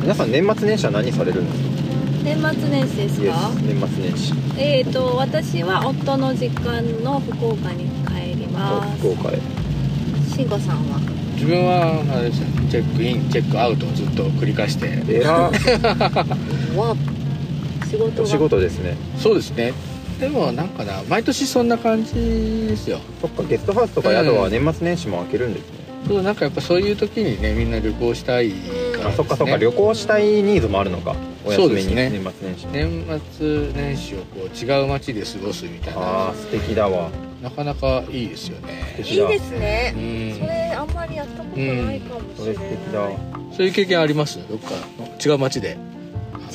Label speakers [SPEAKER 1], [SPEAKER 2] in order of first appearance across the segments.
[SPEAKER 1] 皆さん年末年始は何されるんですか
[SPEAKER 2] 年末年始ですか
[SPEAKER 1] Yes 年末年始
[SPEAKER 2] えーと私は夫の実家の福岡に帰り
[SPEAKER 1] と
[SPEAKER 2] ます
[SPEAKER 1] 福岡へ
[SPEAKER 2] 慎吾さんは
[SPEAKER 3] 自分はあれですねチェックインチェックアウトをずっと繰り返して
[SPEAKER 1] えら
[SPEAKER 2] わ仕事
[SPEAKER 1] お
[SPEAKER 2] が
[SPEAKER 1] 仕事ですね
[SPEAKER 3] そうですねでもなんかな毎年そんな感じですよ
[SPEAKER 1] そっかゲストハウスとか宿は年末年始も開けるんですね、
[SPEAKER 3] そうなんかやっぱそういう時にねみんな旅行したいから
[SPEAKER 1] あそっかそっか
[SPEAKER 3] ですね
[SPEAKER 1] 旅行したいニーズもあるのかお休み
[SPEAKER 3] そうです
[SPEAKER 1] に、
[SPEAKER 3] ね
[SPEAKER 1] 年末年始
[SPEAKER 3] 年末年始をこう違う街で過ごすみたい
[SPEAKER 1] あ
[SPEAKER 3] な
[SPEAKER 1] あ素敵だわ
[SPEAKER 3] なかなかいいですよね
[SPEAKER 1] 素
[SPEAKER 2] いいですね
[SPEAKER 3] う、
[SPEAKER 2] そ
[SPEAKER 3] ん
[SPEAKER 2] れあんまりやったことないかも
[SPEAKER 1] そ
[SPEAKER 2] し
[SPEAKER 1] れ
[SPEAKER 2] れ
[SPEAKER 1] 素
[SPEAKER 2] ない、
[SPEAKER 1] 敵だわ
[SPEAKER 3] そういう経験ありますどっか違う街で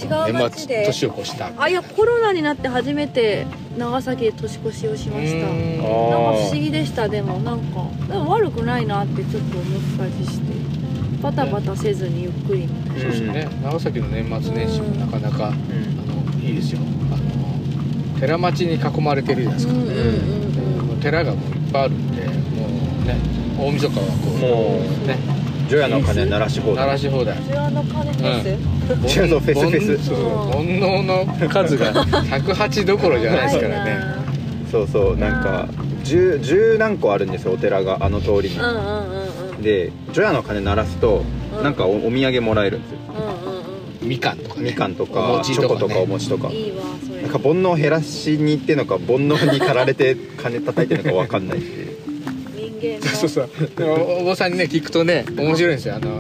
[SPEAKER 2] 違う街で
[SPEAKER 3] 年末年を越した
[SPEAKER 2] あいやコロナになって初めて長崎で年越しをしました
[SPEAKER 1] あ
[SPEAKER 2] なんか
[SPEAKER 3] た
[SPEAKER 2] 不思
[SPEAKER 1] ー
[SPEAKER 2] 議でしたでもなんかでも悪くないなってちょっと思ったりしてバタバタせずにゆっくりみたいな
[SPEAKER 3] そうですね長崎の年末年始もなかなか
[SPEAKER 1] う
[SPEAKER 3] あ
[SPEAKER 1] ん
[SPEAKER 3] のいいですよあの寺町に囲まれてるじゃないです
[SPEAKER 2] う
[SPEAKER 3] か、
[SPEAKER 2] んうんうん
[SPEAKER 3] もう寺がもういっぱいあるんでもうね大晦日はこ
[SPEAKER 1] も
[SPEAKER 3] うね
[SPEAKER 1] う除夜の鐘鳴らし放
[SPEAKER 3] 鳴ら
[SPEAKER 1] 題
[SPEAKER 3] し 放題
[SPEAKER 2] うんジュアの金です、
[SPEAKER 1] 違うそうフェス
[SPEAKER 3] 煩
[SPEAKER 1] フェス
[SPEAKER 3] そう煩悩の数が108どころじゃないですからね
[SPEAKER 1] そうそうなんか十十何個あるんですよお寺があの通りに
[SPEAKER 2] うんうんうんうん
[SPEAKER 1] で除夜の鐘鳴らすと
[SPEAKER 2] うん
[SPEAKER 1] なんかおお土産もらえるんですよ
[SPEAKER 2] うんうんう
[SPEAKER 3] みかんとかね
[SPEAKER 1] みかんと
[SPEAKER 3] お
[SPEAKER 1] かチ
[SPEAKER 3] 餅
[SPEAKER 1] ョコ
[SPEAKER 3] と
[SPEAKER 1] と
[SPEAKER 3] か
[SPEAKER 1] かお
[SPEAKER 3] ね
[SPEAKER 1] 餅とか
[SPEAKER 2] んいいわそれ
[SPEAKER 1] なんか煩悩を減らしに行ってんのか煩悩に駆られて鐘叩いてるのかわかんないって いう
[SPEAKER 2] 人間の
[SPEAKER 3] そうそうそうおお坊さんにね聞くとね面白いんですよあの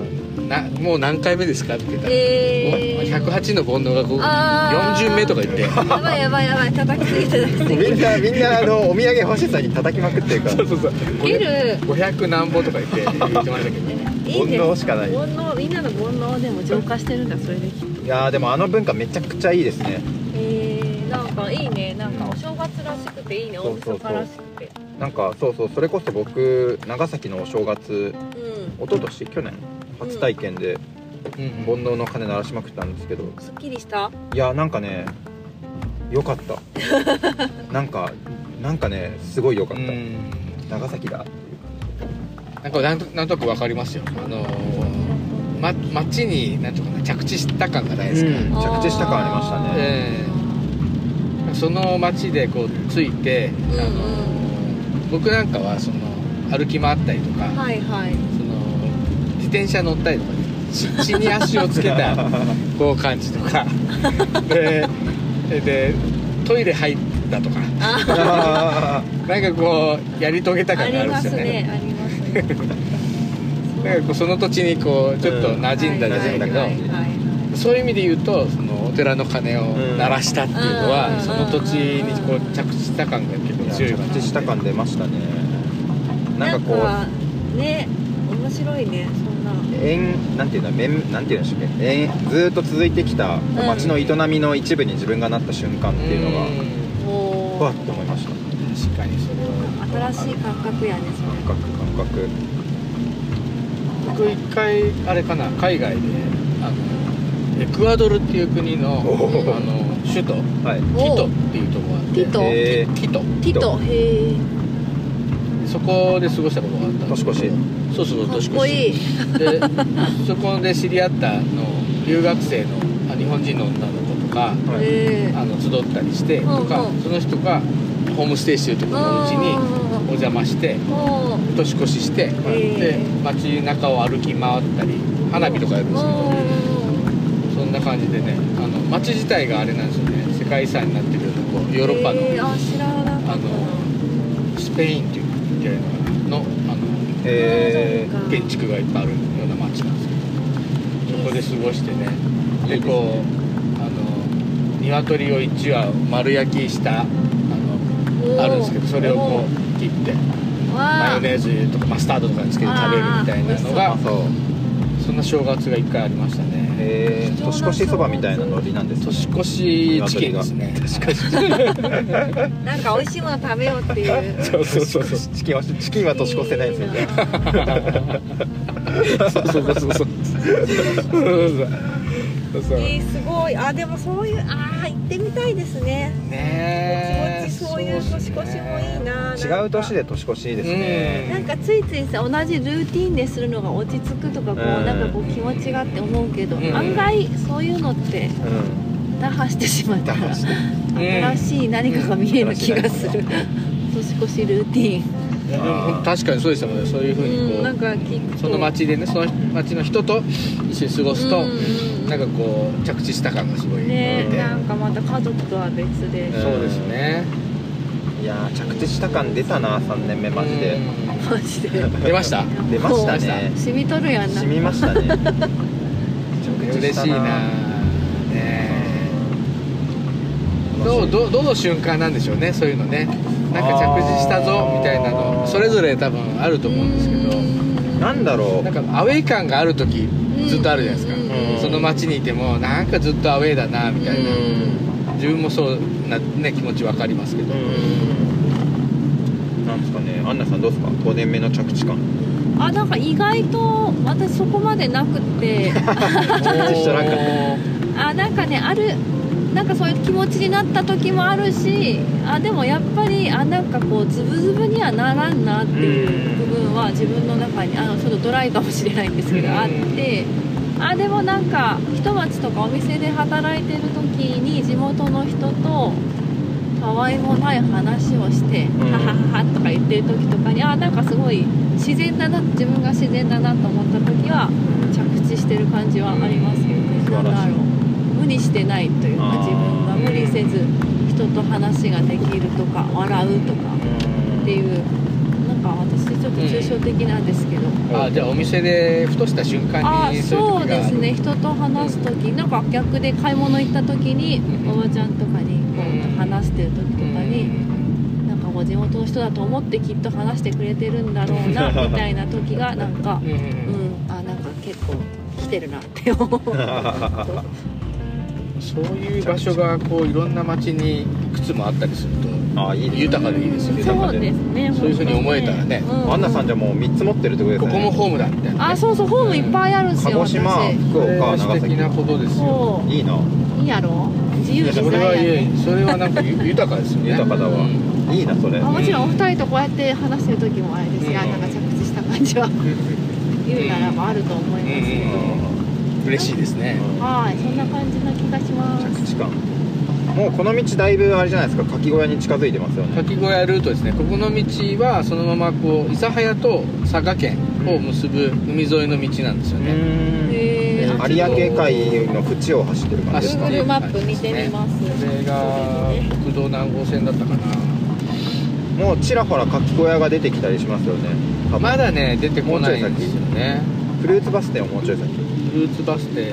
[SPEAKER 3] なもう何回目ですかって言ったら、
[SPEAKER 2] えー、
[SPEAKER 3] もう108の煩悩がこう
[SPEAKER 2] あー
[SPEAKER 3] 40名とか言って
[SPEAKER 2] やばいやばいやばい叩きすぎて叩きすぎ
[SPEAKER 1] みんなみんなあのお土産欲しさに叩きまくってるから
[SPEAKER 3] そうそうそう
[SPEAKER 2] ビル
[SPEAKER 3] 500何本とか言って言ってましたけどね
[SPEAKER 2] いいんです
[SPEAKER 1] 煩悩しかない
[SPEAKER 2] 煩悩みんなの煩悩でも浄化してるんだそれできっと
[SPEAKER 1] いやーでもあの文化めちゃくちゃいいですね
[SPEAKER 2] えー、なんかいいねなんかお正月らしくていいね
[SPEAKER 1] そ
[SPEAKER 2] 大
[SPEAKER 1] うそうそう
[SPEAKER 2] 晦日らしくて
[SPEAKER 1] なんかそうそうそれこそ僕長崎のお正月
[SPEAKER 2] うん
[SPEAKER 1] 一昨年去年初体験で
[SPEAKER 3] うん
[SPEAKER 1] 煩悩の鐘鳴らしまくったんですけど
[SPEAKER 2] すっきりした
[SPEAKER 1] いやーなんかね良かった なんかなんかねすごい良かった、
[SPEAKER 3] うん
[SPEAKER 1] 長崎 だ
[SPEAKER 3] なんかなんとなんとなくわかりますよあのーま街になんとかな着地した感がないですか、
[SPEAKER 1] うん着地した感ありましたね
[SPEAKER 3] えその街でこう着いて、
[SPEAKER 2] うん
[SPEAKER 3] あのー僕なんかはその歩き回ったりとか、
[SPEAKER 2] はいはい
[SPEAKER 3] その自転車乗ったりとかねし 地に足をつけたこう感じと かででトイレ入ったとか
[SPEAKER 2] あ
[SPEAKER 1] あ
[SPEAKER 3] なんかこうやり遂げた
[SPEAKER 2] あ
[SPEAKER 3] 感があ
[SPEAKER 2] り
[SPEAKER 3] るんで
[SPEAKER 2] ますす
[SPEAKER 3] よね
[SPEAKER 2] ねありますね
[SPEAKER 3] なんかこうその土地にこうちょっと馴染んだじゃないけど、
[SPEAKER 2] はいはいはい
[SPEAKER 3] そういう意味で言うとそのお寺の鐘を鳴らしたっていうのは、
[SPEAKER 2] うん
[SPEAKER 3] その土地にこう着地した感が結構
[SPEAKER 1] あ
[SPEAKER 3] 強い
[SPEAKER 1] 着
[SPEAKER 3] かな
[SPEAKER 1] 地した感出ましたねなんかこう
[SPEAKER 2] なんかね面白いねそんな
[SPEAKER 1] 縁なんていうんだ面なんていうんでしたっけ縁ずーっと続いてきた街の営みの一部に自分がなった瞬間っていうのが
[SPEAKER 2] お
[SPEAKER 1] ふわっと思いました
[SPEAKER 3] うん確かにそれは
[SPEAKER 2] 新しい感覚やねそれ
[SPEAKER 1] 感覚感覚
[SPEAKER 3] 僕一回あれかな海外であのエクアドルっていう国のあ
[SPEAKER 1] おー
[SPEAKER 3] の首都
[SPEAKER 1] はい
[SPEAKER 3] キ
[SPEAKER 2] お
[SPEAKER 3] トっていうとこがあって
[SPEAKER 2] キト
[SPEAKER 1] えー
[SPEAKER 3] キト
[SPEAKER 2] ティトへえ
[SPEAKER 3] そこで過ごしたことがあったんだけ
[SPEAKER 1] 年
[SPEAKER 3] ど
[SPEAKER 1] 越し
[SPEAKER 3] そうそう
[SPEAKER 2] か
[SPEAKER 3] 年
[SPEAKER 2] っ
[SPEAKER 3] 越し
[SPEAKER 2] こいい
[SPEAKER 3] でそこで知り合ったあの留学生のあ日本人の女の子とか
[SPEAKER 1] はい
[SPEAKER 2] へえ
[SPEAKER 3] あの集ったりしてとか、
[SPEAKER 2] うんうん
[SPEAKER 3] その人がホームステイしてるとこのお家にお邪魔して
[SPEAKER 2] おー
[SPEAKER 3] 年越しして、
[SPEAKER 2] ー
[SPEAKER 3] で街中を歩き回ったり花火とかやるんですけど、そんな感じでねあの街自体があれなんですよね世界遺産になってるようなこうヨーロッパの、
[SPEAKER 2] えーあ知らなかったな
[SPEAKER 3] あのスペインっていうみたいなののあの
[SPEAKER 1] え
[SPEAKER 2] そうか
[SPEAKER 3] 建築がいっぱいあるような街なんですけど。そこで過ごしてね
[SPEAKER 1] いいですね
[SPEAKER 3] でこうあの鶏を1羽丸焼きしたあの
[SPEAKER 2] おー
[SPEAKER 3] あるんですけどそれを
[SPEAKER 2] お
[SPEAKER 3] こ
[SPEAKER 2] ー
[SPEAKER 3] う切って
[SPEAKER 2] わ
[SPEAKER 3] マ
[SPEAKER 2] ー
[SPEAKER 3] ヨネーズとかマスタードとかにつけて食べるみたいなの
[SPEAKER 1] ー
[SPEAKER 3] が
[SPEAKER 1] あそう
[SPEAKER 3] そんな正月が1回ありましたね
[SPEAKER 1] えー年越しそばみたいなノリなんです
[SPEAKER 3] 年
[SPEAKER 1] ね
[SPEAKER 3] 越しチキンですね
[SPEAKER 2] なんか美味しいもの食べようっ ていう
[SPEAKER 3] そうそうそうそう
[SPEAKER 1] チキンはチキンは年越せないですね
[SPEAKER 2] いいな
[SPEAKER 3] そうそうそうそうそうそうそう
[SPEAKER 2] えーすごいあでもそういうあー行ってみたいですねぼちぼ
[SPEAKER 3] ねね
[SPEAKER 4] そういう年越しもいいななんか
[SPEAKER 1] 違う年で年越しですね
[SPEAKER 3] うん
[SPEAKER 2] なんかついついさ同じルーティンでするのが落ち着くとかこう
[SPEAKER 1] うん
[SPEAKER 2] なんかこう気持ちがって思うけど
[SPEAKER 3] うん
[SPEAKER 2] 案外そういうのって
[SPEAKER 1] うん
[SPEAKER 2] 打破してしまった
[SPEAKER 1] だから
[SPEAKER 2] ら
[SPEAKER 1] して
[SPEAKER 2] 新しい何かが見える気がす
[SPEAKER 1] う
[SPEAKER 2] る年越しルーティン
[SPEAKER 3] でも確かにそうでしたもんねそういうふうにこう、
[SPEAKER 2] うんなんか聞くと
[SPEAKER 3] その街でねその街の人と一緒に過ごすと、
[SPEAKER 2] うんうん
[SPEAKER 3] なんかこう着地した感がすごい、
[SPEAKER 2] ね
[SPEAKER 1] うん
[SPEAKER 2] なんかまた家族とは別で
[SPEAKER 1] うん
[SPEAKER 3] そうですね
[SPEAKER 1] いやー着地した感出たな3年目マジで
[SPEAKER 3] う
[SPEAKER 2] マジで
[SPEAKER 3] ん 出ました
[SPEAKER 1] ん出ましたね
[SPEAKER 2] 染みとるやんな
[SPEAKER 1] 染みましたね着地
[SPEAKER 3] 嬉
[SPEAKER 1] た
[SPEAKER 3] しいなねどうどうどの瞬間なんでしょうねそういうのねなんか着地したぞみたいなのそれぞれ多分あると思うんですけど、
[SPEAKER 1] なんだろう
[SPEAKER 3] なんかアウェイ感がある時ずっとあるじゃないですか、
[SPEAKER 1] うん
[SPEAKER 3] その街にいてもなんかずっとアウェイだなみたいな、自分もそうな、ね、気持ち分かりますけど、
[SPEAKER 1] うんなんですかねアンナさんどうですか5年目の着地感
[SPEAKER 2] あなんか意外と私そこまでなくって
[SPEAKER 1] 着地したなんか
[SPEAKER 2] あなんかねあるなんかそういう気持ちになった時もあるしあでもやっぱりあなんかこうズブズブにはならんなっていう部分は自分の中にあのちょっとドライかもしれないんですけど
[SPEAKER 3] うん
[SPEAKER 2] あってあでもなんか一町とかお店で働いてる時に地元の人とたわいもない話をして「
[SPEAKER 1] ん
[SPEAKER 2] ははは」とか言ってる時とかにあなんかすごい自然だな自分が自然だなと思った時は着地してる感じはありますよね
[SPEAKER 1] 素
[SPEAKER 2] な
[SPEAKER 1] 晴
[SPEAKER 2] ん
[SPEAKER 1] ら
[SPEAKER 2] だ
[SPEAKER 1] しい
[SPEAKER 2] ろう無理してないというか
[SPEAKER 1] あー
[SPEAKER 2] 自分が無理せず人と話ができるとか笑うとかっていうなんか私ちょっと抽象的なんですけど、
[SPEAKER 3] あじゃあお店でふとした瞬間
[SPEAKER 2] あ
[SPEAKER 3] に
[SPEAKER 2] あ
[SPEAKER 3] そう
[SPEAKER 2] そう
[SPEAKER 3] いう時が
[SPEAKER 2] で
[SPEAKER 3] あ
[SPEAKER 2] す
[SPEAKER 3] る
[SPEAKER 2] ね人と話す時なんか逆で買い物行った時に
[SPEAKER 3] うん
[SPEAKER 2] おばちゃんとかにこ
[SPEAKER 3] うん
[SPEAKER 2] う話してる時とか
[SPEAKER 3] う
[SPEAKER 2] に
[SPEAKER 3] ん
[SPEAKER 2] なんかこう地元の人だと思ってきっと話してくれてるんだろうなみたいな時がなんか
[SPEAKER 3] うん
[SPEAKER 2] うんあなんか結構来てるなって思う。
[SPEAKER 3] そういう場所がこういろんな街にいくつもあったりすると
[SPEAKER 1] ああいいですね
[SPEAKER 3] 豊かでいいですよね
[SPEAKER 1] 豊
[SPEAKER 2] そ
[SPEAKER 1] か
[SPEAKER 2] う
[SPEAKER 1] で
[SPEAKER 2] ですね。
[SPEAKER 3] そういうふうに思えたらね
[SPEAKER 2] 本当にう
[SPEAKER 1] アンナさんじゃもう3つ持ってるってことです
[SPEAKER 3] こ
[SPEAKER 1] ね
[SPEAKER 3] こもホームだみたいな
[SPEAKER 2] あ、そうそう、ホームいっぱいあるんです
[SPEAKER 1] 鹿
[SPEAKER 2] よ。
[SPEAKER 1] 児島
[SPEAKER 2] 私
[SPEAKER 1] 福岡
[SPEAKER 3] 素
[SPEAKER 1] 長
[SPEAKER 3] 敵
[SPEAKER 1] 崎
[SPEAKER 3] なことですよ
[SPEAKER 2] そ
[SPEAKER 1] いいな
[SPEAKER 2] う、いいやろ。自由
[SPEAKER 3] いや
[SPEAKER 2] 自
[SPEAKER 3] それ
[SPEAKER 2] 在
[SPEAKER 3] は
[SPEAKER 2] や
[SPEAKER 3] いえ
[SPEAKER 2] ね。
[SPEAKER 3] それはなんかゆ豊かですよね
[SPEAKER 1] 豊かだわいいなそれ
[SPEAKER 2] あもちろんお二人とこうやって話してる時もあれですが、
[SPEAKER 3] うん
[SPEAKER 2] なんか着地した感 じは言うならばあると思いますけど、
[SPEAKER 3] 嬉しいですね
[SPEAKER 2] はい、そんな感じな気がします。
[SPEAKER 1] 着地感もうこの道だいぶあれじゃないですか牡蠣小屋に近づいてますよね
[SPEAKER 3] 滝小屋ルートですねここの道はそのままこう諫早と佐賀県を結ぶ海沿いの道なんですよね、
[SPEAKER 2] へー
[SPEAKER 3] あ
[SPEAKER 1] 有明海の縁を走ってる感じですか
[SPEAKER 2] あ Google マップ見てみます
[SPEAKER 3] これが国道何号線だったかな
[SPEAKER 1] もうちらほら牡蠣小屋が出てきたりしますよね多分
[SPEAKER 3] まだね出てこないんですよね
[SPEAKER 1] フルーツバス停はもうちょい先
[SPEAKER 3] ルーツバス停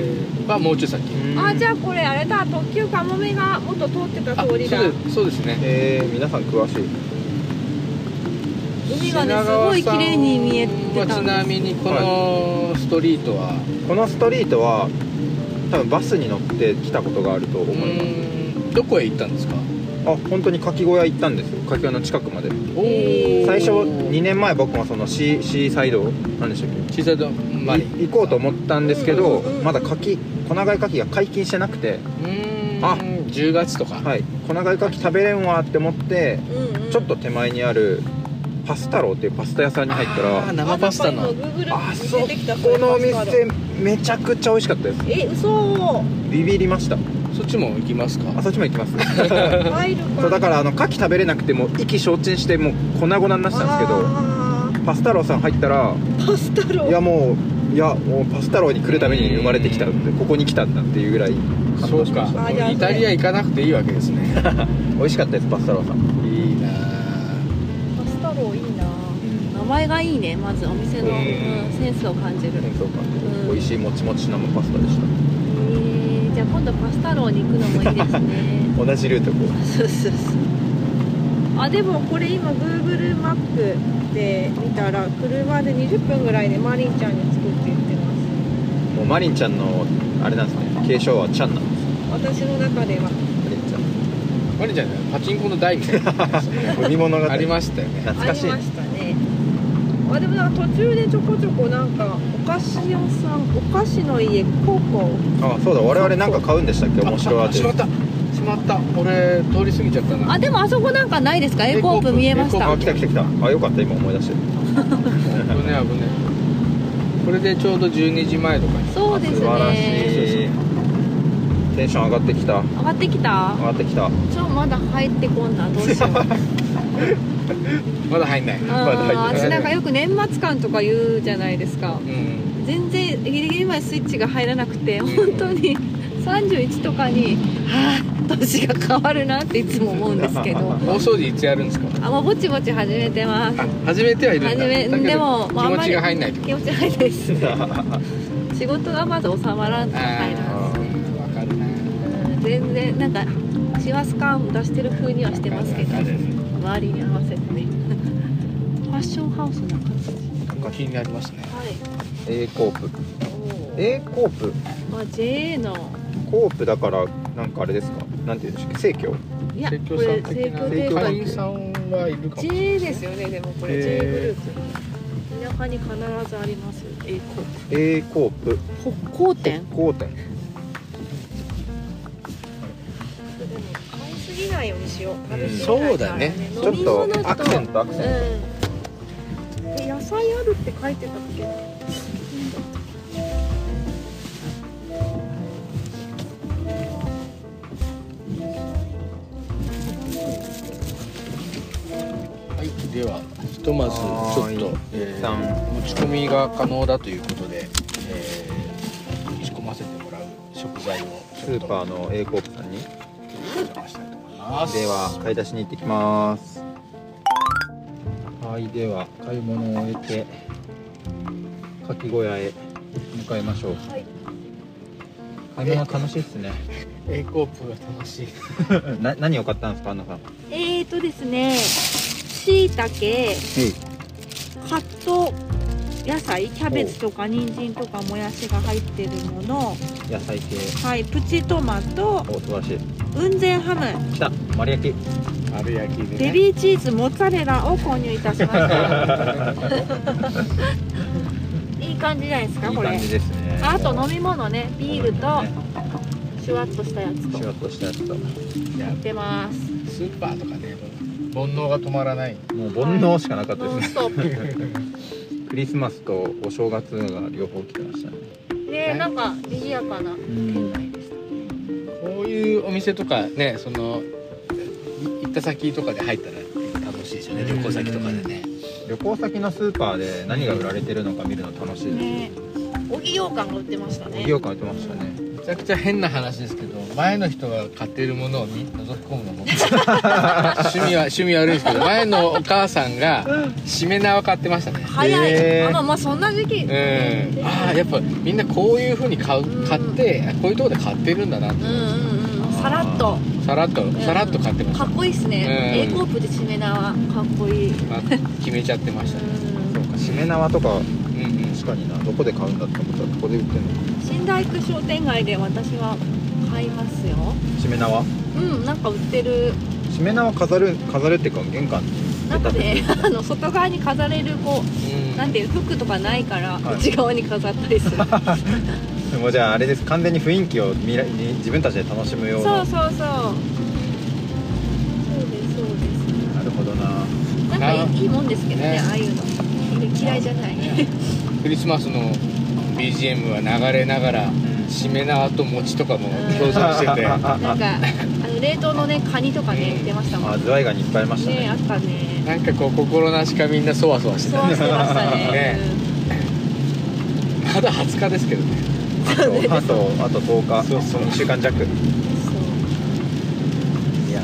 [SPEAKER 3] はもうちょい先
[SPEAKER 4] あじゃあこれあれだ特急かもめが元通ってた
[SPEAKER 3] あそ
[SPEAKER 4] 通
[SPEAKER 3] う
[SPEAKER 4] り
[SPEAKER 3] で
[SPEAKER 4] だ
[SPEAKER 3] すそうですね
[SPEAKER 1] えー、皆さん詳しい
[SPEAKER 2] 海がねすごい綺麗に見えてたんです
[SPEAKER 3] ちなみにこのストリートは
[SPEAKER 1] このストリートは多分バスに乗ってきたことがあると思います
[SPEAKER 3] うんどこへ行ったんですか
[SPEAKER 1] あ本当に牡蠣小屋行ったんですよ牡蠣小屋の近くまで
[SPEAKER 3] お
[SPEAKER 2] へ
[SPEAKER 3] ー
[SPEAKER 2] ー
[SPEAKER 1] 最初2年前僕もそのシーシーサイドなんでしたっけ
[SPEAKER 3] 小さいとマリ
[SPEAKER 1] い行こうと思ったんですけど、
[SPEAKER 4] うんうんうんうん
[SPEAKER 1] まだ牡蠣粉貝牡蠣が解禁してなくて、
[SPEAKER 3] あ
[SPEAKER 1] あ
[SPEAKER 3] 10月とか、
[SPEAKER 1] はい、粉貝牡蠣食べれんわって思って
[SPEAKER 4] うんうん
[SPEAKER 1] ちょっと手前にあるパス太郎っていうパスタ屋さんに入った
[SPEAKER 3] あー
[SPEAKER 1] ら
[SPEAKER 3] 生パスタの
[SPEAKER 4] あなんか今 Google
[SPEAKER 1] あそ
[SPEAKER 4] 見てきた
[SPEAKER 1] この
[SPEAKER 4] パ
[SPEAKER 1] お
[SPEAKER 4] スタだ
[SPEAKER 1] 店めちゃくちゃ美味しかったです
[SPEAKER 4] え嘘
[SPEAKER 1] ビビりました
[SPEAKER 3] そっちも行きますか
[SPEAKER 1] あそっちも行きます
[SPEAKER 4] 入るか
[SPEAKER 1] そうだからあの牡蠣食べれなくてもう意気消沈してもう粉々になってたんですけど
[SPEAKER 4] あ
[SPEAKER 1] パス太郎さん入ったら
[SPEAKER 4] ーパスタロー
[SPEAKER 1] いやもういやもうパス太郎に来るために生まれてきたんでここに来たんだっていうぐらい感
[SPEAKER 3] そ
[SPEAKER 1] 動
[SPEAKER 3] う
[SPEAKER 1] し
[SPEAKER 3] か
[SPEAKER 1] ました
[SPEAKER 4] あじゃあ
[SPEAKER 3] イタリア行かなくていいわけですね
[SPEAKER 1] 美味しかったですパス太郎さん
[SPEAKER 3] いいな
[SPEAKER 4] パスタローいいな
[SPEAKER 2] 名前がいいね、まずお店の、
[SPEAKER 3] うん
[SPEAKER 2] うんセンスを感じる。
[SPEAKER 1] 戦争
[SPEAKER 2] うん
[SPEAKER 1] 感美味しいもちもち生パスタでし
[SPEAKER 2] えー、じゃあ今度パスタローに行くのもいいですね。
[SPEAKER 1] た同じルートこう
[SPEAKER 2] そうそうそう。
[SPEAKER 4] あでもこれ今 Google マップで見たら車で20分ぐらいでマリンちゃんに着くって言ってま
[SPEAKER 1] もうマリンちゃんのあれなんですね継承はちゃんなんです
[SPEAKER 4] す私の中では
[SPEAKER 1] マリンちゃ
[SPEAKER 3] マリちゃんねパチンコの台みた いなのありました
[SPEAKER 1] ん
[SPEAKER 3] ね
[SPEAKER 1] 海物語
[SPEAKER 3] ありましたよね
[SPEAKER 1] 懐かしい
[SPEAKER 4] ありましたねあでもなんか途中でちょこちょこなんかお菓子屋さんお菓子の家ココ
[SPEAKER 1] あそうだ我々なんか買うんでしたっけ面白い味
[SPEAKER 3] あしまったしまった俺通り過ぎちゃったな
[SPEAKER 5] あでもあそこなんかないですか A コープ見えまし
[SPEAKER 3] A コ
[SPEAKER 5] た
[SPEAKER 3] ー
[SPEAKER 1] あ来た来た来たあよかった今思い出して
[SPEAKER 3] 危ねえ危ねえこれでちょうど12時前とかに
[SPEAKER 5] そうです
[SPEAKER 1] 素晴らし
[SPEAKER 5] ね
[SPEAKER 1] いテンション上がってきた
[SPEAKER 5] 上がってきた
[SPEAKER 1] 上がってきた
[SPEAKER 5] ちょまだ入ってこんなどうしよ う
[SPEAKER 3] まだ入んない
[SPEAKER 1] まだ入って
[SPEAKER 5] あ
[SPEAKER 1] ない
[SPEAKER 5] ー私なんかよく年末感とか言うじゃないですか
[SPEAKER 3] うん
[SPEAKER 5] 全然ギリギリまでスイッチが入らなくて本当に31とかにはあ年が変わるなっていつも思うんですけど
[SPEAKER 3] 大掃除いつやるんですか
[SPEAKER 5] あもうぼちぼち始めてます
[SPEAKER 3] あ始めてはいるんだ
[SPEAKER 5] 始め
[SPEAKER 3] だけど
[SPEAKER 5] でも
[SPEAKER 3] 気
[SPEAKER 5] まああん
[SPEAKER 3] 持
[SPEAKER 5] まり
[SPEAKER 3] ちが入んないと
[SPEAKER 5] 気持ち入いです仕事がまず収まらんと入らんですね
[SPEAKER 3] わかるな
[SPEAKER 5] うん全然なんか師走感出してる風にはしてますけど
[SPEAKER 3] わかるわ
[SPEAKER 5] 周りに合わせてねファッションハウスな感じです
[SPEAKER 3] かるなんか気になりますね
[SPEAKER 5] はい
[SPEAKER 1] A コープ
[SPEAKER 5] おー
[SPEAKER 1] A コープ
[SPEAKER 5] まあ JA の
[SPEAKER 1] コープだからなんかあれですかなんていうんでしたっけ生協
[SPEAKER 5] いやこ
[SPEAKER 3] 説教さ
[SPEAKER 5] れ
[SPEAKER 3] ん的
[SPEAKER 5] 成
[SPEAKER 3] な
[SPEAKER 5] 協
[SPEAKER 1] 提
[SPEAKER 5] で
[SPEAKER 1] 供
[SPEAKER 3] 会員さんはいるかもしれない
[SPEAKER 5] J ですよねでもこれ J グ
[SPEAKER 1] へ
[SPEAKER 5] ループ田舎に必ずあります A コー
[SPEAKER 1] A コープ
[SPEAKER 5] プ北高店
[SPEAKER 1] 北高店
[SPEAKER 2] でも買いすぎないようにしよう食べ過ぎないから
[SPEAKER 3] そうだね
[SPEAKER 2] 飲み
[SPEAKER 1] ちょっと
[SPEAKER 2] 物
[SPEAKER 1] アクセントアクセント
[SPEAKER 2] うんで野菜あるって書いてたっけ
[SPEAKER 3] はい、ではひとまずちょっ
[SPEAKER 1] は
[SPEAKER 3] と
[SPEAKER 1] い、
[SPEAKER 3] え
[SPEAKER 1] 一
[SPEAKER 3] ー
[SPEAKER 1] 旦
[SPEAKER 3] 持ち込みが可能だということで、えー、仕込ませてもらう食材を
[SPEAKER 1] スーパーの A コープさんに
[SPEAKER 3] ーでしたいと思います
[SPEAKER 1] では買い出しに行ってきますはいでは買い物を終えてかき小屋へ向かいましょう、
[SPEAKER 2] はい
[SPEAKER 1] 買い物楽しいですね
[SPEAKER 3] A コープが楽しい
[SPEAKER 1] な何を買ったんですかアンナさん
[SPEAKER 2] えーとですねしいたけカット野菜キャベツとか人参とかもやしが入ってるもの
[SPEAKER 1] 野菜系
[SPEAKER 2] はいプチトマト
[SPEAKER 1] お素晴らしい
[SPEAKER 2] 雲仙ハム
[SPEAKER 1] 来た丸焼き
[SPEAKER 3] 丸焼き
[SPEAKER 2] ベ
[SPEAKER 3] で、ね、
[SPEAKER 2] ビーチーズモッツァレラを購入いたしました いい感じじゃないですか
[SPEAKER 1] いい
[SPEAKER 2] これ
[SPEAKER 1] 感じですね
[SPEAKER 2] あと飲み物ねビールとシュワッとしたやつ
[SPEAKER 1] シュ
[SPEAKER 2] と
[SPEAKER 1] ワッとしたやつと
[SPEAKER 3] いや
[SPEAKER 2] 出ます
[SPEAKER 3] スーパーとかねもう煩悩が止まらない
[SPEAKER 1] もう煩悩しかなかったです
[SPEAKER 2] ノン
[SPEAKER 1] ね
[SPEAKER 2] ストッ
[SPEAKER 1] クリスマスとお正月が両方来てましたね
[SPEAKER 2] プねなんか賑やかな店内でした
[SPEAKER 3] こういうお店とかねその行った先とかで入ったら楽しいですよね旅行先とかでね
[SPEAKER 1] 旅行先のスーパーで何が売られてるのか見るの楽しいです
[SPEAKER 2] ねおぎようかんが売ってましたね
[SPEAKER 1] 企業館売ってましたね
[SPEAKER 3] めちゃくちゃ変な話ですけど前の人が買っているものを見覗き込むの僕趣味は趣味悪いですけど前のお母さんがしめ縄買ってましたね
[SPEAKER 2] 早い、
[SPEAKER 1] へー
[SPEAKER 2] あまあまあそんな時期、
[SPEAKER 3] うんああやっぱみんなこういうふうに買う買ってあこういうとこで買ってるんだなって
[SPEAKER 2] うんうんうんさらっと
[SPEAKER 3] さらっとさらっと買ってまし
[SPEAKER 2] か
[SPEAKER 3] た
[SPEAKER 2] っこいいっすね、
[SPEAKER 3] うん
[SPEAKER 2] A コープでしめ縄かっこいい、うん、
[SPEAKER 3] まあ決めちゃってましたね
[SPEAKER 1] そうかしめ縄とか
[SPEAKER 3] うんうん
[SPEAKER 1] 確かになどこで買うんだってことはここで売ってるのか
[SPEAKER 2] 新大工商店街で私は買いますよ
[SPEAKER 1] しめ縄
[SPEAKER 2] うんなんか売ってる
[SPEAKER 1] しめ縄飾る飾るっていうか玄関
[SPEAKER 2] なんかねあの外側に飾れるこうなん
[SPEAKER 3] う
[SPEAKER 2] ていう服とかないから
[SPEAKER 1] はい
[SPEAKER 2] 内側に飾ったりする、
[SPEAKER 1] で もじゃああれです完全に雰囲気を見らに自分たちで楽しむよう
[SPEAKER 2] そ
[SPEAKER 1] な
[SPEAKER 2] うそうそうそうですそうで
[SPEAKER 1] なるほどな
[SPEAKER 2] すなんか
[SPEAKER 3] あ
[SPEAKER 2] いいいいもんですけどね
[SPEAKER 3] ね
[SPEAKER 2] ああいうの嫌いじゃない
[SPEAKER 3] んクリスマスの BGM は流れながらしめ縄と餅とかも共存して て
[SPEAKER 1] ああ
[SPEAKER 2] なん かあの冷凍のねカニとかね売ってましたも
[SPEAKER 1] あ
[SPEAKER 2] ん
[SPEAKER 1] ズワイガニいっぱいありました ね
[SPEAKER 2] ねあったね
[SPEAKER 3] なんかこう心なしかみんなそわそわして
[SPEAKER 2] そう
[SPEAKER 3] たね
[SPEAKER 2] してましたね
[SPEAKER 3] ねまだ20日ですけどね
[SPEAKER 1] あとあとあと10日
[SPEAKER 3] そうそう
[SPEAKER 1] 2週間弱
[SPEAKER 2] うんそう
[SPEAKER 1] いや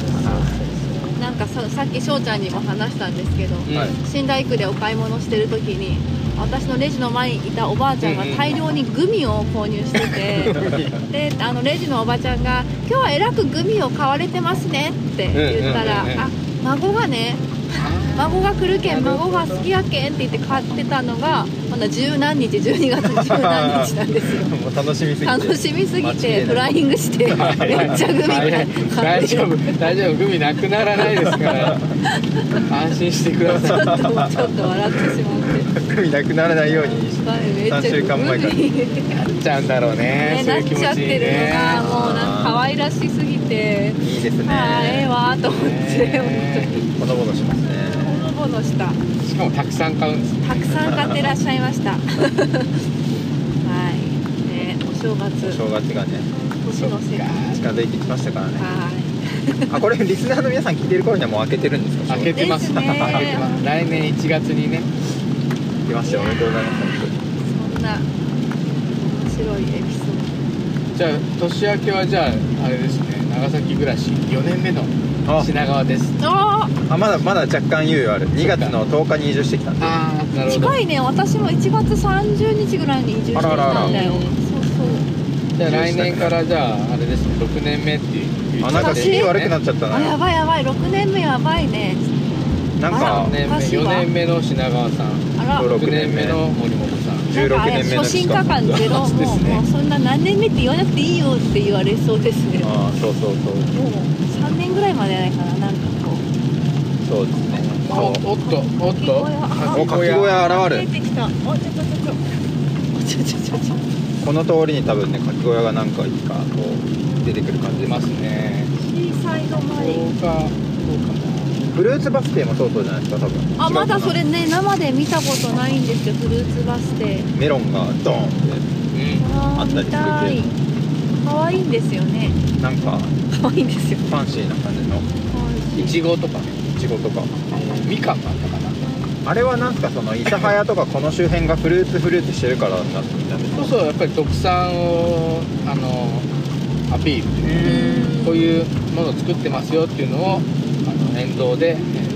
[SPEAKER 2] なんかささっき翔ちゃんにも話したんですけど、
[SPEAKER 1] はい
[SPEAKER 2] 新大工でお買い物してる時に私のレジの前にいたおばあちゃんが大量にグミを購入してて、 であのレジのおばちゃんが「今日はえらくグミを買われてますね」って言ったら「
[SPEAKER 3] うんうんうんうん
[SPEAKER 2] あ孫がね孫が来るけん孫が好きやけん」って言って買ってたのが、まあまだ十何日12月十何日なん ですよ
[SPEAKER 1] もう楽しみすぎて
[SPEAKER 2] 楽しみすぎ
[SPEAKER 1] 間違いな
[SPEAKER 2] て
[SPEAKER 1] い
[SPEAKER 2] フ ライングしてめっ
[SPEAKER 3] はい
[SPEAKER 2] ちゃグミ
[SPEAKER 3] はい
[SPEAKER 2] 買
[SPEAKER 3] 大
[SPEAKER 2] って
[SPEAKER 3] 丈夫大丈夫グミなくならないですから安心してください
[SPEAKER 2] ちょっとちょっと笑ってしまって
[SPEAKER 1] みなくならないように
[SPEAKER 2] はいめっちゃ
[SPEAKER 1] 3週間前から
[SPEAKER 2] グミ
[SPEAKER 3] なっちゃうんだろうね
[SPEAKER 2] ね
[SPEAKER 3] そう
[SPEAKER 2] な
[SPEAKER 3] いう
[SPEAKER 2] っ
[SPEAKER 3] 気持
[SPEAKER 2] ちゃっ
[SPEAKER 3] ちに
[SPEAKER 2] てるの
[SPEAKER 3] ね
[SPEAKER 2] がもうなんか可愛らしすぎて
[SPEAKER 1] いいですね
[SPEAKER 2] あーええわーと思って、
[SPEAKER 3] ね
[SPEAKER 1] ほのぼのしますね
[SPEAKER 2] 本当にほのぼのした
[SPEAKER 3] しかもたくさん買うんです
[SPEAKER 2] たくさん買ってらっしゃいました はいねお正
[SPEAKER 1] お
[SPEAKER 2] 月
[SPEAKER 1] 正月がね
[SPEAKER 2] 年の瀬はい
[SPEAKER 1] 近づいてきましたからねあこれリスナーの皆さん聞いてる頃にはもう開けてるんですか
[SPEAKER 3] 開けてます
[SPEAKER 2] ですね
[SPEAKER 3] 開けてます来年1月にね
[SPEAKER 1] 開けましたよおめでとうございます本当に
[SPEAKER 2] そんな面白いエピソー
[SPEAKER 3] じゃあ年明けはじゃああれですね長崎暮らし4年目の品川です
[SPEAKER 2] ドあ
[SPEAKER 1] あまだまだ若干猶予ある2月の10日に移住してきたんで
[SPEAKER 3] ああなる
[SPEAKER 2] ー
[SPEAKER 3] ほど
[SPEAKER 2] 近いね私も1月30日ぐらいに移住してき
[SPEAKER 1] あらら
[SPEAKER 2] たんだよ
[SPEAKER 3] ら
[SPEAKER 2] そうそう
[SPEAKER 3] じゃあ来年からじゃああれですね6年目っていう
[SPEAKER 1] あなんか気悪くなっ
[SPEAKER 3] っ
[SPEAKER 1] ちゃった
[SPEAKER 2] あや
[SPEAKER 1] な
[SPEAKER 2] ばいやばい6年目やばいね
[SPEAKER 1] なんか
[SPEAKER 2] あ
[SPEAKER 3] 4年目
[SPEAKER 2] おかしいわ
[SPEAKER 3] 4年目の品川さん
[SPEAKER 2] あら
[SPEAKER 1] 登録
[SPEAKER 3] 6年目の森本さん
[SPEAKER 1] 16
[SPEAKER 2] なんかあれ
[SPEAKER 1] 年目の
[SPEAKER 2] 初心家感ゼロもう
[SPEAKER 1] ですね
[SPEAKER 2] もうそんな何年目って言わなくていいよって言われそうですねもう
[SPEAKER 1] あーそうそうそう
[SPEAKER 2] 3年ぐらいまでやないかななんかこう
[SPEAKER 1] そうですね
[SPEAKER 3] おおっ
[SPEAKER 1] そ
[SPEAKER 3] とおっと
[SPEAKER 1] うおかき小屋現れる
[SPEAKER 2] 出てきたおちょちょちょちょおちょちょちょちょ
[SPEAKER 1] この通りに多分ねかき小屋がなんかいつかこう出てくる感じ
[SPEAKER 3] 出
[SPEAKER 1] で
[SPEAKER 3] ますすね
[SPEAKER 2] シーサイドマリン
[SPEAKER 3] 10日どう
[SPEAKER 1] フルーツバス停もそうそうじゃないですか多分
[SPEAKER 2] あまだそ
[SPEAKER 1] 違うか
[SPEAKER 2] れね生で見たことないんですよフルーツバス停
[SPEAKER 1] なメロンがドーンっ
[SPEAKER 3] か
[SPEAKER 2] あ
[SPEAKER 1] あった
[SPEAKER 2] ー
[SPEAKER 1] りするけ
[SPEAKER 2] 見
[SPEAKER 1] ど
[SPEAKER 2] たい可愛いんですよね
[SPEAKER 1] てなんか
[SPEAKER 2] 可愛いんですよ
[SPEAKER 1] ファンシーな感じの
[SPEAKER 3] ないちごとかね
[SPEAKER 1] いちごとか
[SPEAKER 3] みかんがあったかな
[SPEAKER 1] あれはなんすかその諫早とかこの周辺がフルーツフルーツしてるからなんてみたいな
[SPEAKER 3] そうそうやっぱり特産をあのアピールっていうこういうものを作ってますよっていうのをあの沿道でえー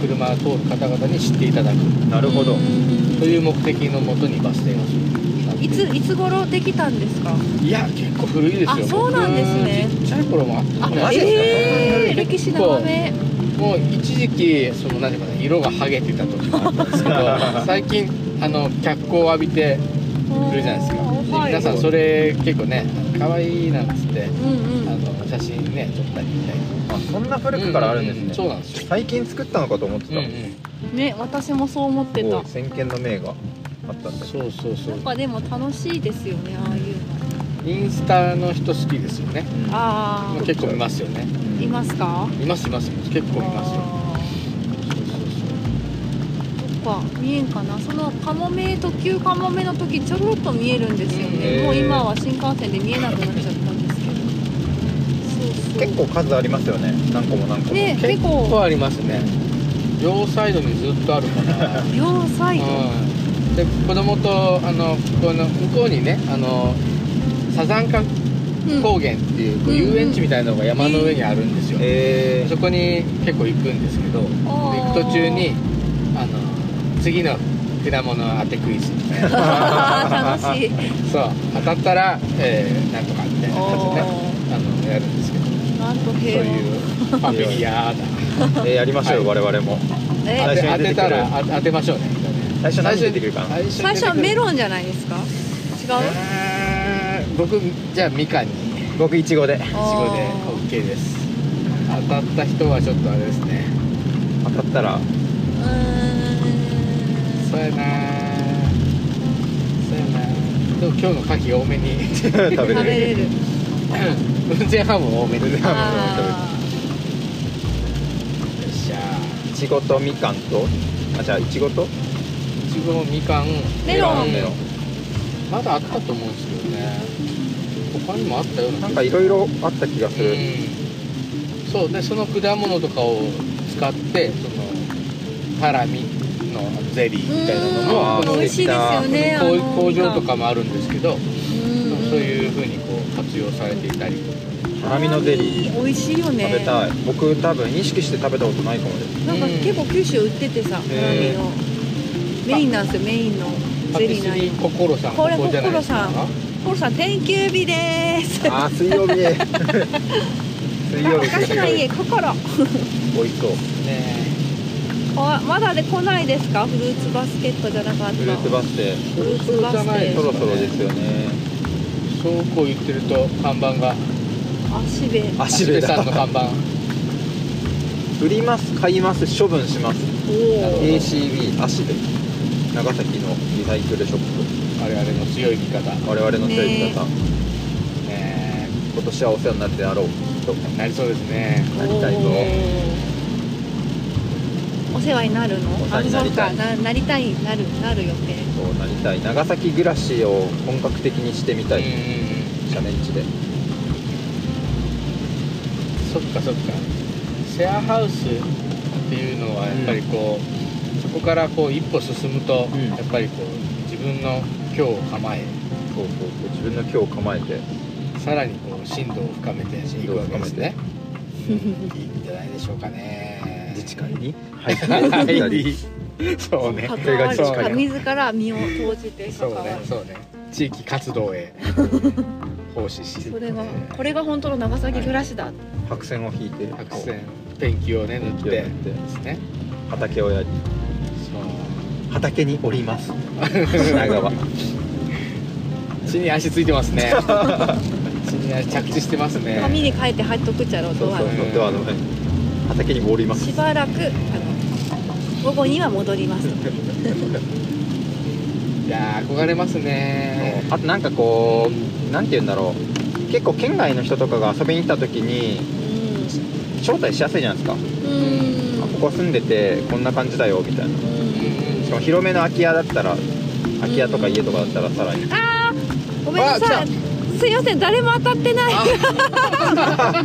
[SPEAKER 3] 車が通る方々に知っていただく
[SPEAKER 1] なるほど
[SPEAKER 3] という目的のもとにバス停をする
[SPEAKER 2] いついつ頃できたんですか
[SPEAKER 3] いや結構古いですよ
[SPEAKER 2] あそうなんですね
[SPEAKER 3] 僕ちっちゃい頃もあったんじ
[SPEAKER 1] マ
[SPEAKER 3] ゃない
[SPEAKER 1] ジ
[SPEAKER 3] で
[SPEAKER 1] ですか
[SPEAKER 2] え
[SPEAKER 3] すか
[SPEAKER 2] ー、歴史長め
[SPEAKER 3] もう一時期その何かね色が剥げてた時もあったんですけど 最近あの脚光を浴びてくるじゃないですか、
[SPEAKER 2] おー
[SPEAKER 3] で
[SPEAKER 2] はい
[SPEAKER 3] 皆さんそれ結構ね可愛いなんつって
[SPEAKER 2] うん
[SPEAKER 3] あ
[SPEAKER 2] うん
[SPEAKER 3] の写真ね撮ったりみたいな
[SPEAKER 1] あそんな古くからあるんですね、
[SPEAKER 3] うそうなんですよ、
[SPEAKER 1] 最近作ったのかと思ってた、
[SPEAKER 3] うんうん
[SPEAKER 2] ね私もそう思って
[SPEAKER 1] すごい
[SPEAKER 2] た
[SPEAKER 1] 先見の明があったんだ
[SPEAKER 3] そうそうそ
[SPEAKER 2] や
[SPEAKER 3] う
[SPEAKER 2] っぱでも楽しいですよねああいうの
[SPEAKER 3] インスタの人好きですよね
[SPEAKER 2] ああ
[SPEAKER 3] 結構いますよね
[SPEAKER 2] いますか
[SPEAKER 3] いますいます結構いますよ
[SPEAKER 2] あ
[SPEAKER 3] そうそう
[SPEAKER 2] ーそっか見えんかなそのカモメ特急カモメの時ちょろっと見えるんですよね、
[SPEAKER 1] うん
[SPEAKER 2] もう今は新幹線で見えなくなっちゃったんですけどそうそう
[SPEAKER 1] 結構数ありますよね何個も何個も、
[SPEAKER 2] ね
[SPEAKER 3] そう結
[SPEAKER 2] 結構
[SPEAKER 3] 構ありますね両サイドにずっとあるから
[SPEAKER 2] 両サイド
[SPEAKER 3] うんで子供とあのこの向こうにねあのサザンカ高原っていう、こう
[SPEAKER 2] うん
[SPEAKER 3] 遊園地みたいなのが山の上にあるんですよ、
[SPEAKER 1] えー
[SPEAKER 3] そこに結構行くんですけどで
[SPEAKER 2] あー
[SPEAKER 3] 行く途中にあの次の果物当てクイズみたいな
[SPEAKER 2] あー楽しい
[SPEAKER 3] そう当たったら、えーなんとかみたいな感じでね
[SPEAKER 2] お
[SPEAKER 3] あのやるんですけどそ
[SPEAKER 2] ーなんと
[SPEAKER 3] う
[SPEAKER 2] 平和
[SPEAKER 3] いうファミリアだ
[SPEAKER 1] えーやりましょう、
[SPEAKER 3] はい
[SPEAKER 1] 我々も
[SPEAKER 2] え
[SPEAKER 1] は
[SPEAKER 3] 当
[SPEAKER 1] い
[SPEAKER 3] て
[SPEAKER 1] 最初に出
[SPEAKER 3] 当
[SPEAKER 1] て
[SPEAKER 3] て
[SPEAKER 1] くる
[SPEAKER 3] たらあ当てましょうね
[SPEAKER 1] 最初何出てくるかな
[SPEAKER 3] 最
[SPEAKER 2] 最初はメ
[SPEAKER 3] ン
[SPEAKER 2] ロンじゃないですか違う
[SPEAKER 3] 僕じゃあみかんに
[SPEAKER 1] 僕いちごで
[SPEAKER 3] いちごで OK です当たった人はちょっとあれですね
[SPEAKER 1] 当たったら
[SPEAKER 2] うーん
[SPEAKER 3] そうやなそうやなでも今日の牡蠣多めに
[SPEAKER 1] 食べれる
[SPEAKER 2] 食べれ る
[SPEAKER 3] 運前ハム多めによっ
[SPEAKER 2] あ
[SPEAKER 3] しゃ
[SPEAKER 1] いちごとみかんとあじゃあいちごと
[SPEAKER 3] いちごみかん
[SPEAKER 2] メロン
[SPEAKER 1] メロン
[SPEAKER 3] まだあったと思うんですけどね他にもあったような
[SPEAKER 1] なんかいろいろあった気がする、
[SPEAKER 3] うんそうでその果物とかを使ってそのタラミのゼリーみたいなのも
[SPEAKER 1] うん
[SPEAKER 3] この
[SPEAKER 2] 美味しいですよね
[SPEAKER 3] こう
[SPEAKER 2] あの
[SPEAKER 3] 工場とかもあるんですけど、
[SPEAKER 2] うんうん
[SPEAKER 3] そういうふうにこう活用されていたり
[SPEAKER 1] ハラミのゼリー
[SPEAKER 2] 美味しいよね
[SPEAKER 1] 食べたい僕多分意識して食べたことないかもです
[SPEAKER 2] なんか結構九州売っててさハラミのメインなんですよメインの
[SPEAKER 3] パ
[SPEAKER 2] ゼ
[SPEAKER 3] ティ
[SPEAKER 2] リー
[SPEAKER 3] ス
[SPEAKER 2] な
[SPEAKER 3] リ
[SPEAKER 2] い
[SPEAKER 3] ー心さん
[SPEAKER 2] これ
[SPEAKER 3] じゃないですか
[SPEAKER 2] 心ポールさん天休日です
[SPEAKER 1] ああ水曜日水曜
[SPEAKER 2] お
[SPEAKER 1] 日
[SPEAKER 2] かしな家
[SPEAKER 1] 美
[SPEAKER 2] 心
[SPEAKER 1] 味しそう
[SPEAKER 3] ね
[SPEAKER 2] わまだで来ないですかフルーツバスケットじゃなかった
[SPEAKER 1] フルーツバスで
[SPEAKER 2] フルーツバスケ
[SPEAKER 1] そろそろですよね
[SPEAKER 3] そうこう言ってると看板が
[SPEAKER 2] 足部
[SPEAKER 1] 足部
[SPEAKER 3] さ
[SPEAKER 1] だ
[SPEAKER 3] んの看板
[SPEAKER 1] 売ります買います処分します
[SPEAKER 2] おお
[SPEAKER 1] ACB 足部長崎のリサイクルショッ
[SPEAKER 3] 我々の強い味方ね
[SPEAKER 1] プ我々の強い味方、
[SPEAKER 3] え
[SPEAKER 1] 今年はお世話になってやろうと
[SPEAKER 3] なりそうですね
[SPEAKER 1] なりたいぞ
[SPEAKER 2] お世話になるの
[SPEAKER 1] お世話になりたい
[SPEAKER 2] あそうかななりたいなるなる予定
[SPEAKER 1] そうなりたい長崎暮らしを本格的にしてみたい、
[SPEAKER 3] うん
[SPEAKER 1] 斜面地で
[SPEAKER 3] そっかそっかシェアハウスっていうのはやっぱりこう、そこからこう一歩進むと、
[SPEAKER 1] うん
[SPEAKER 3] やっぱりこう自分の今日を構え
[SPEAKER 1] そうそうそう自分の今日を構えて
[SPEAKER 3] さらにこう深度を深めてい
[SPEAKER 1] 深
[SPEAKER 3] く
[SPEAKER 1] 度を
[SPEAKER 3] わけ
[SPEAKER 1] 深
[SPEAKER 3] で
[SPEAKER 1] め
[SPEAKER 3] す
[SPEAKER 1] て
[SPEAKER 3] ね、うんいいんじゃないでしょうか ね
[SPEAKER 1] 自治会に 入ってみた
[SPEAKER 3] は
[SPEAKER 1] り
[SPEAKER 3] いそうね
[SPEAKER 1] それ
[SPEAKER 2] 関
[SPEAKER 1] が
[SPEAKER 2] わ
[SPEAKER 1] 一
[SPEAKER 2] る
[SPEAKER 1] 番
[SPEAKER 2] か自ら身を投じて
[SPEAKER 3] そ
[SPEAKER 2] 関
[SPEAKER 3] う
[SPEAKER 2] わ
[SPEAKER 3] ね
[SPEAKER 2] る
[SPEAKER 3] そうね地域活動へ奉仕し
[SPEAKER 2] それがこれが本当の長崎暮らしだ、
[SPEAKER 1] 白線を引いて
[SPEAKER 3] 白線ペンキをね塗っ
[SPEAKER 1] ペ
[SPEAKER 3] て
[SPEAKER 1] ンキを
[SPEAKER 3] で
[SPEAKER 1] 塗って
[SPEAKER 3] すね
[SPEAKER 1] 畑をやり
[SPEAKER 3] そ
[SPEAKER 1] 畑におります品川
[SPEAKER 3] う地に足ついてますね地に足着地してますね
[SPEAKER 2] 紙に書いて貼っとくちゃろう
[SPEAKER 1] そ
[SPEAKER 2] と
[SPEAKER 1] う
[SPEAKER 2] は
[SPEAKER 1] そうそうドアの上畑にもおります
[SPEAKER 2] しばらくあの午後には戻りますとかね
[SPEAKER 3] いやー憧れますね
[SPEAKER 1] あとなんかこうなんて言うんだろう結構県外の人とかが遊びに来た時に招待しやすいじゃないですか、
[SPEAKER 2] うん
[SPEAKER 1] あここ住んでてこんな感じだよみたいなしかも広めの空き家だったら空き家とか家とかだったらさらに
[SPEAKER 2] ごめんなさ
[SPEAKER 3] あ
[SPEAKER 2] いすいません誰も当たってない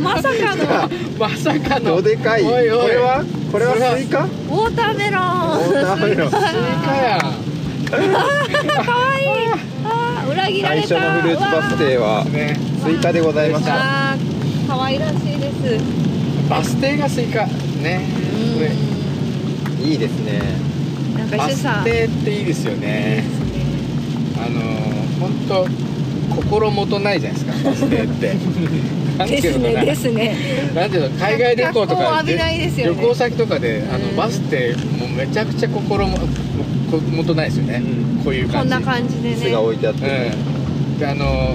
[SPEAKER 2] まさかの
[SPEAKER 3] まさかの
[SPEAKER 1] どでかい
[SPEAKER 3] おいおい
[SPEAKER 1] これはこれはスイカ
[SPEAKER 2] ウォーターメロ
[SPEAKER 1] ウ
[SPEAKER 2] ン
[SPEAKER 1] ォーター メロン
[SPEAKER 2] スイカ
[SPEAKER 3] スイカやん
[SPEAKER 2] かわいいあー裏切ら
[SPEAKER 1] 最
[SPEAKER 2] れた
[SPEAKER 1] 初のフルーツバス
[SPEAKER 2] うわ
[SPEAKER 1] 停は
[SPEAKER 3] ね
[SPEAKER 1] スイカでございまし
[SPEAKER 2] ー
[SPEAKER 1] た
[SPEAKER 2] あーかわいらしいです
[SPEAKER 3] バス停がスイカねこれ
[SPEAKER 2] う
[SPEAKER 1] いいですね
[SPEAKER 2] んなんか
[SPEAKER 3] バ
[SPEAKER 2] 主
[SPEAKER 3] ス
[SPEAKER 2] さん
[SPEAKER 3] 停っていいですよねあの本当心もとないじゃないですかバス停って なんて
[SPEAKER 2] で
[SPEAKER 3] いう
[SPEAKER 2] す
[SPEAKER 3] のか
[SPEAKER 2] ね
[SPEAKER 3] な
[SPEAKER 2] ですね
[SPEAKER 3] なんていうの海外旅行と
[SPEAKER 2] 脚光を
[SPEAKER 3] か
[SPEAKER 2] 浴びないですよね
[SPEAKER 3] 旅行先とかであの
[SPEAKER 2] うん
[SPEAKER 3] バスってもうめちゃくちゃ心もこもとないですよね、こういう
[SPEAKER 2] こ
[SPEAKER 3] 感
[SPEAKER 2] ん
[SPEAKER 3] じ
[SPEAKER 2] な感じで
[SPEAKER 1] 椅子が
[SPEAKER 2] ね
[SPEAKER 1] 置いてあって、
[SPEAKER 3] うんであの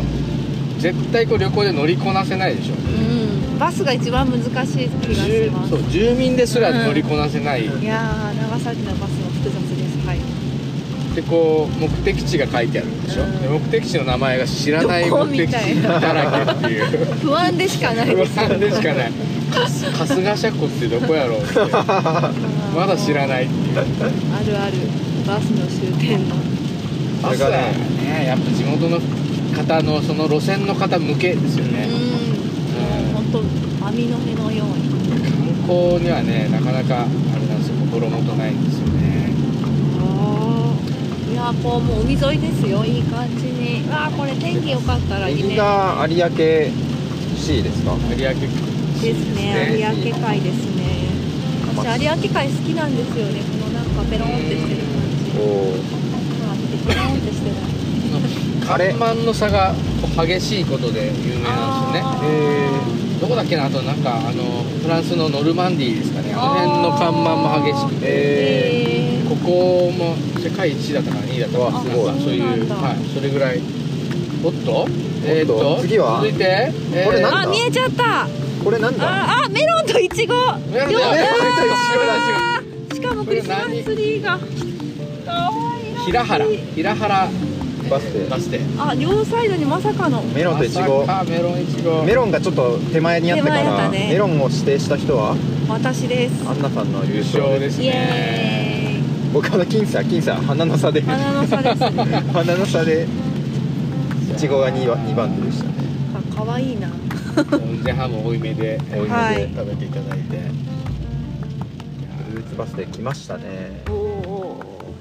[SPEAKER 3] 絶対こう旅行で乗りこなせないでしょ
[SPEAKER 2] うんバスが一番難しい気がします
[SPEAKER 3] そう住民ですら乗りこなせない、
[SPEAKER 2] いやー長崎のバスも複雑ですはい
[SPEAKER 3] でこう目的地が書いてあるんでしょ、
[SPEAKER 2] うん
[SPEAKER 3] で目的地の名前が知らない
[SPEAKER 2] どこ
[SPEAKER 3] 目的地だらけっていう
[SPEAKER 2] 不安でしかないです
[SPEAKER 3] 不安でし かない春日車庫ってどこやろうってまだ知ら
[SPEAKER 2] い
[SPEAKER 3] ないっていう
[SPEAKER 2] あるあるバスの終点の
[SPEAKER 1] それ
[SPEAKER 3] 朝
[SPEAKER 1] が
[SPEAKER 3] は
[SPEAKER 1] ね
[SPEAKER 3] ねやっぱ地元の方のその路線の方向けですよね、
[SPEAKER 2] うんもう本当網の目のように
[SPEAKER 3] 観光にはねなかなかあれなんですよ心もとないんですよね
[SPEAKER 2] あーいやーこうもう海沿いですよいい感じにわあこれ天気良かったらいいね
[SPEAKER 1] 右が有明 C ですか
[SPEAKER 3] 有明区
[SPEAKER 2] ですね
[SPEAKER 1] ですね
[SPEAKER 2] 有明海ですね私有明海好きなんですよねこのなんかペロンってしてる
[SPEAKER 1] お
[SPEAKER 2] 感じ
[SPEAKER 1] お
[SPEAKER 2] あペロンってしてる
[SPEAKER 1] あれ
[SPEAKER 3] 看板の差がこう激しいことで有名なんですよね
[SPEAKER 2] あ
[SPEAKER 1] え
[SPEAKER 3] どこだっけなあとなんかあのフランスのノルマンディーですかねあの辺の看板も激しくて、
[SPEAKER 1] え
[SPEAKER 2] え
[SPEAKER 3] ここも世界一だったかな2位だったかな
[SPEAKER 1] あすごい
[SPEAKER 3] なんかそうい
[SPEAKER 2] そうなん
[SPEAKER 3] う
[SPEAKER 2] だ
[SPEAKER 3] はいそれぐらいおっとえー、っと
[SPEAKER 1] 次は
[SPEAKER 3] 続いて
[SPEAKER 1] これ
[SPEAKER 3] えー
[SPEAKER 1] なんだ
[SPEAKER 2] あ見えちゃったあ
[SPEAKER 1] ー、これなんだ
[SPEAKER 2] あメロンとイチゴ
[SPEAKER 3] メロンとイチゴ
[SPEAKER 2] やった
[SPEAKER 3] メ
[SPEAKER 2] ーしかもクリスマスツリーがかわいい
[SPEAKER 3] 平原平原
[SPEAKER 1] バス停
[SPEAKER 3] バス停
[SPEAKER 2] あ両サイドにまさかの
[SPEAKER 1] メロンとイチゴ
[SPEAKER 3] まさかメロンイチゴ
[SPEAKER 1] メロンがちょっと手前にあったか
[SPEAKER 2] 手前だっ
[SPEAKER 1] ら
[SPEAKER 2] たね
[SPEAKER 1] メロンを指定した人は
[SPEAKER 2] 私です
[SPEAKER 1] アンナさんの優
[SPEAKER 3] 優
[SPEAKER 1] 勝
[SPEAKER 3] 勝
[SPEAKER 1] で
[SPEAKER 3] ですす
[SPEAKER 2] イ
[SPEAKER 3] ね
[SPEAKER 2] エー
[SPEAKER 1] 僕は僅差僅差花の差で
[SPEAKER 2] イ花の差ですね
[SPEAKER 1] 花の差でイチゴが 2, 番2番手でしたね
[SPEAKER 2] かかわいいな
[SPEAKER 3] 前半も多いめで
[SPEAKER 1] 多いめで
[SPEAKER 2] はい
[SPEAKER 3] 食べていただいて
[SPEAKER 1] フルーツバスで来ましたね
[SPEAKER 2] おーお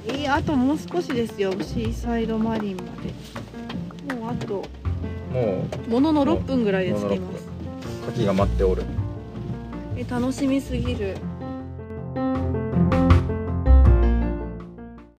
[SPEAKER 2] ーえーあともう少しですよシーサイドマリンまでもうあと
[SPEAKER 1] も
[SPEAKER 2] ものの
[SPEAKER 1] う
[SPEAKER 2] 6分ぐらいで着きます
[SPEAKER 1] す牡蠣が待っておる
[SPEAKER 2] え楽しみすぎる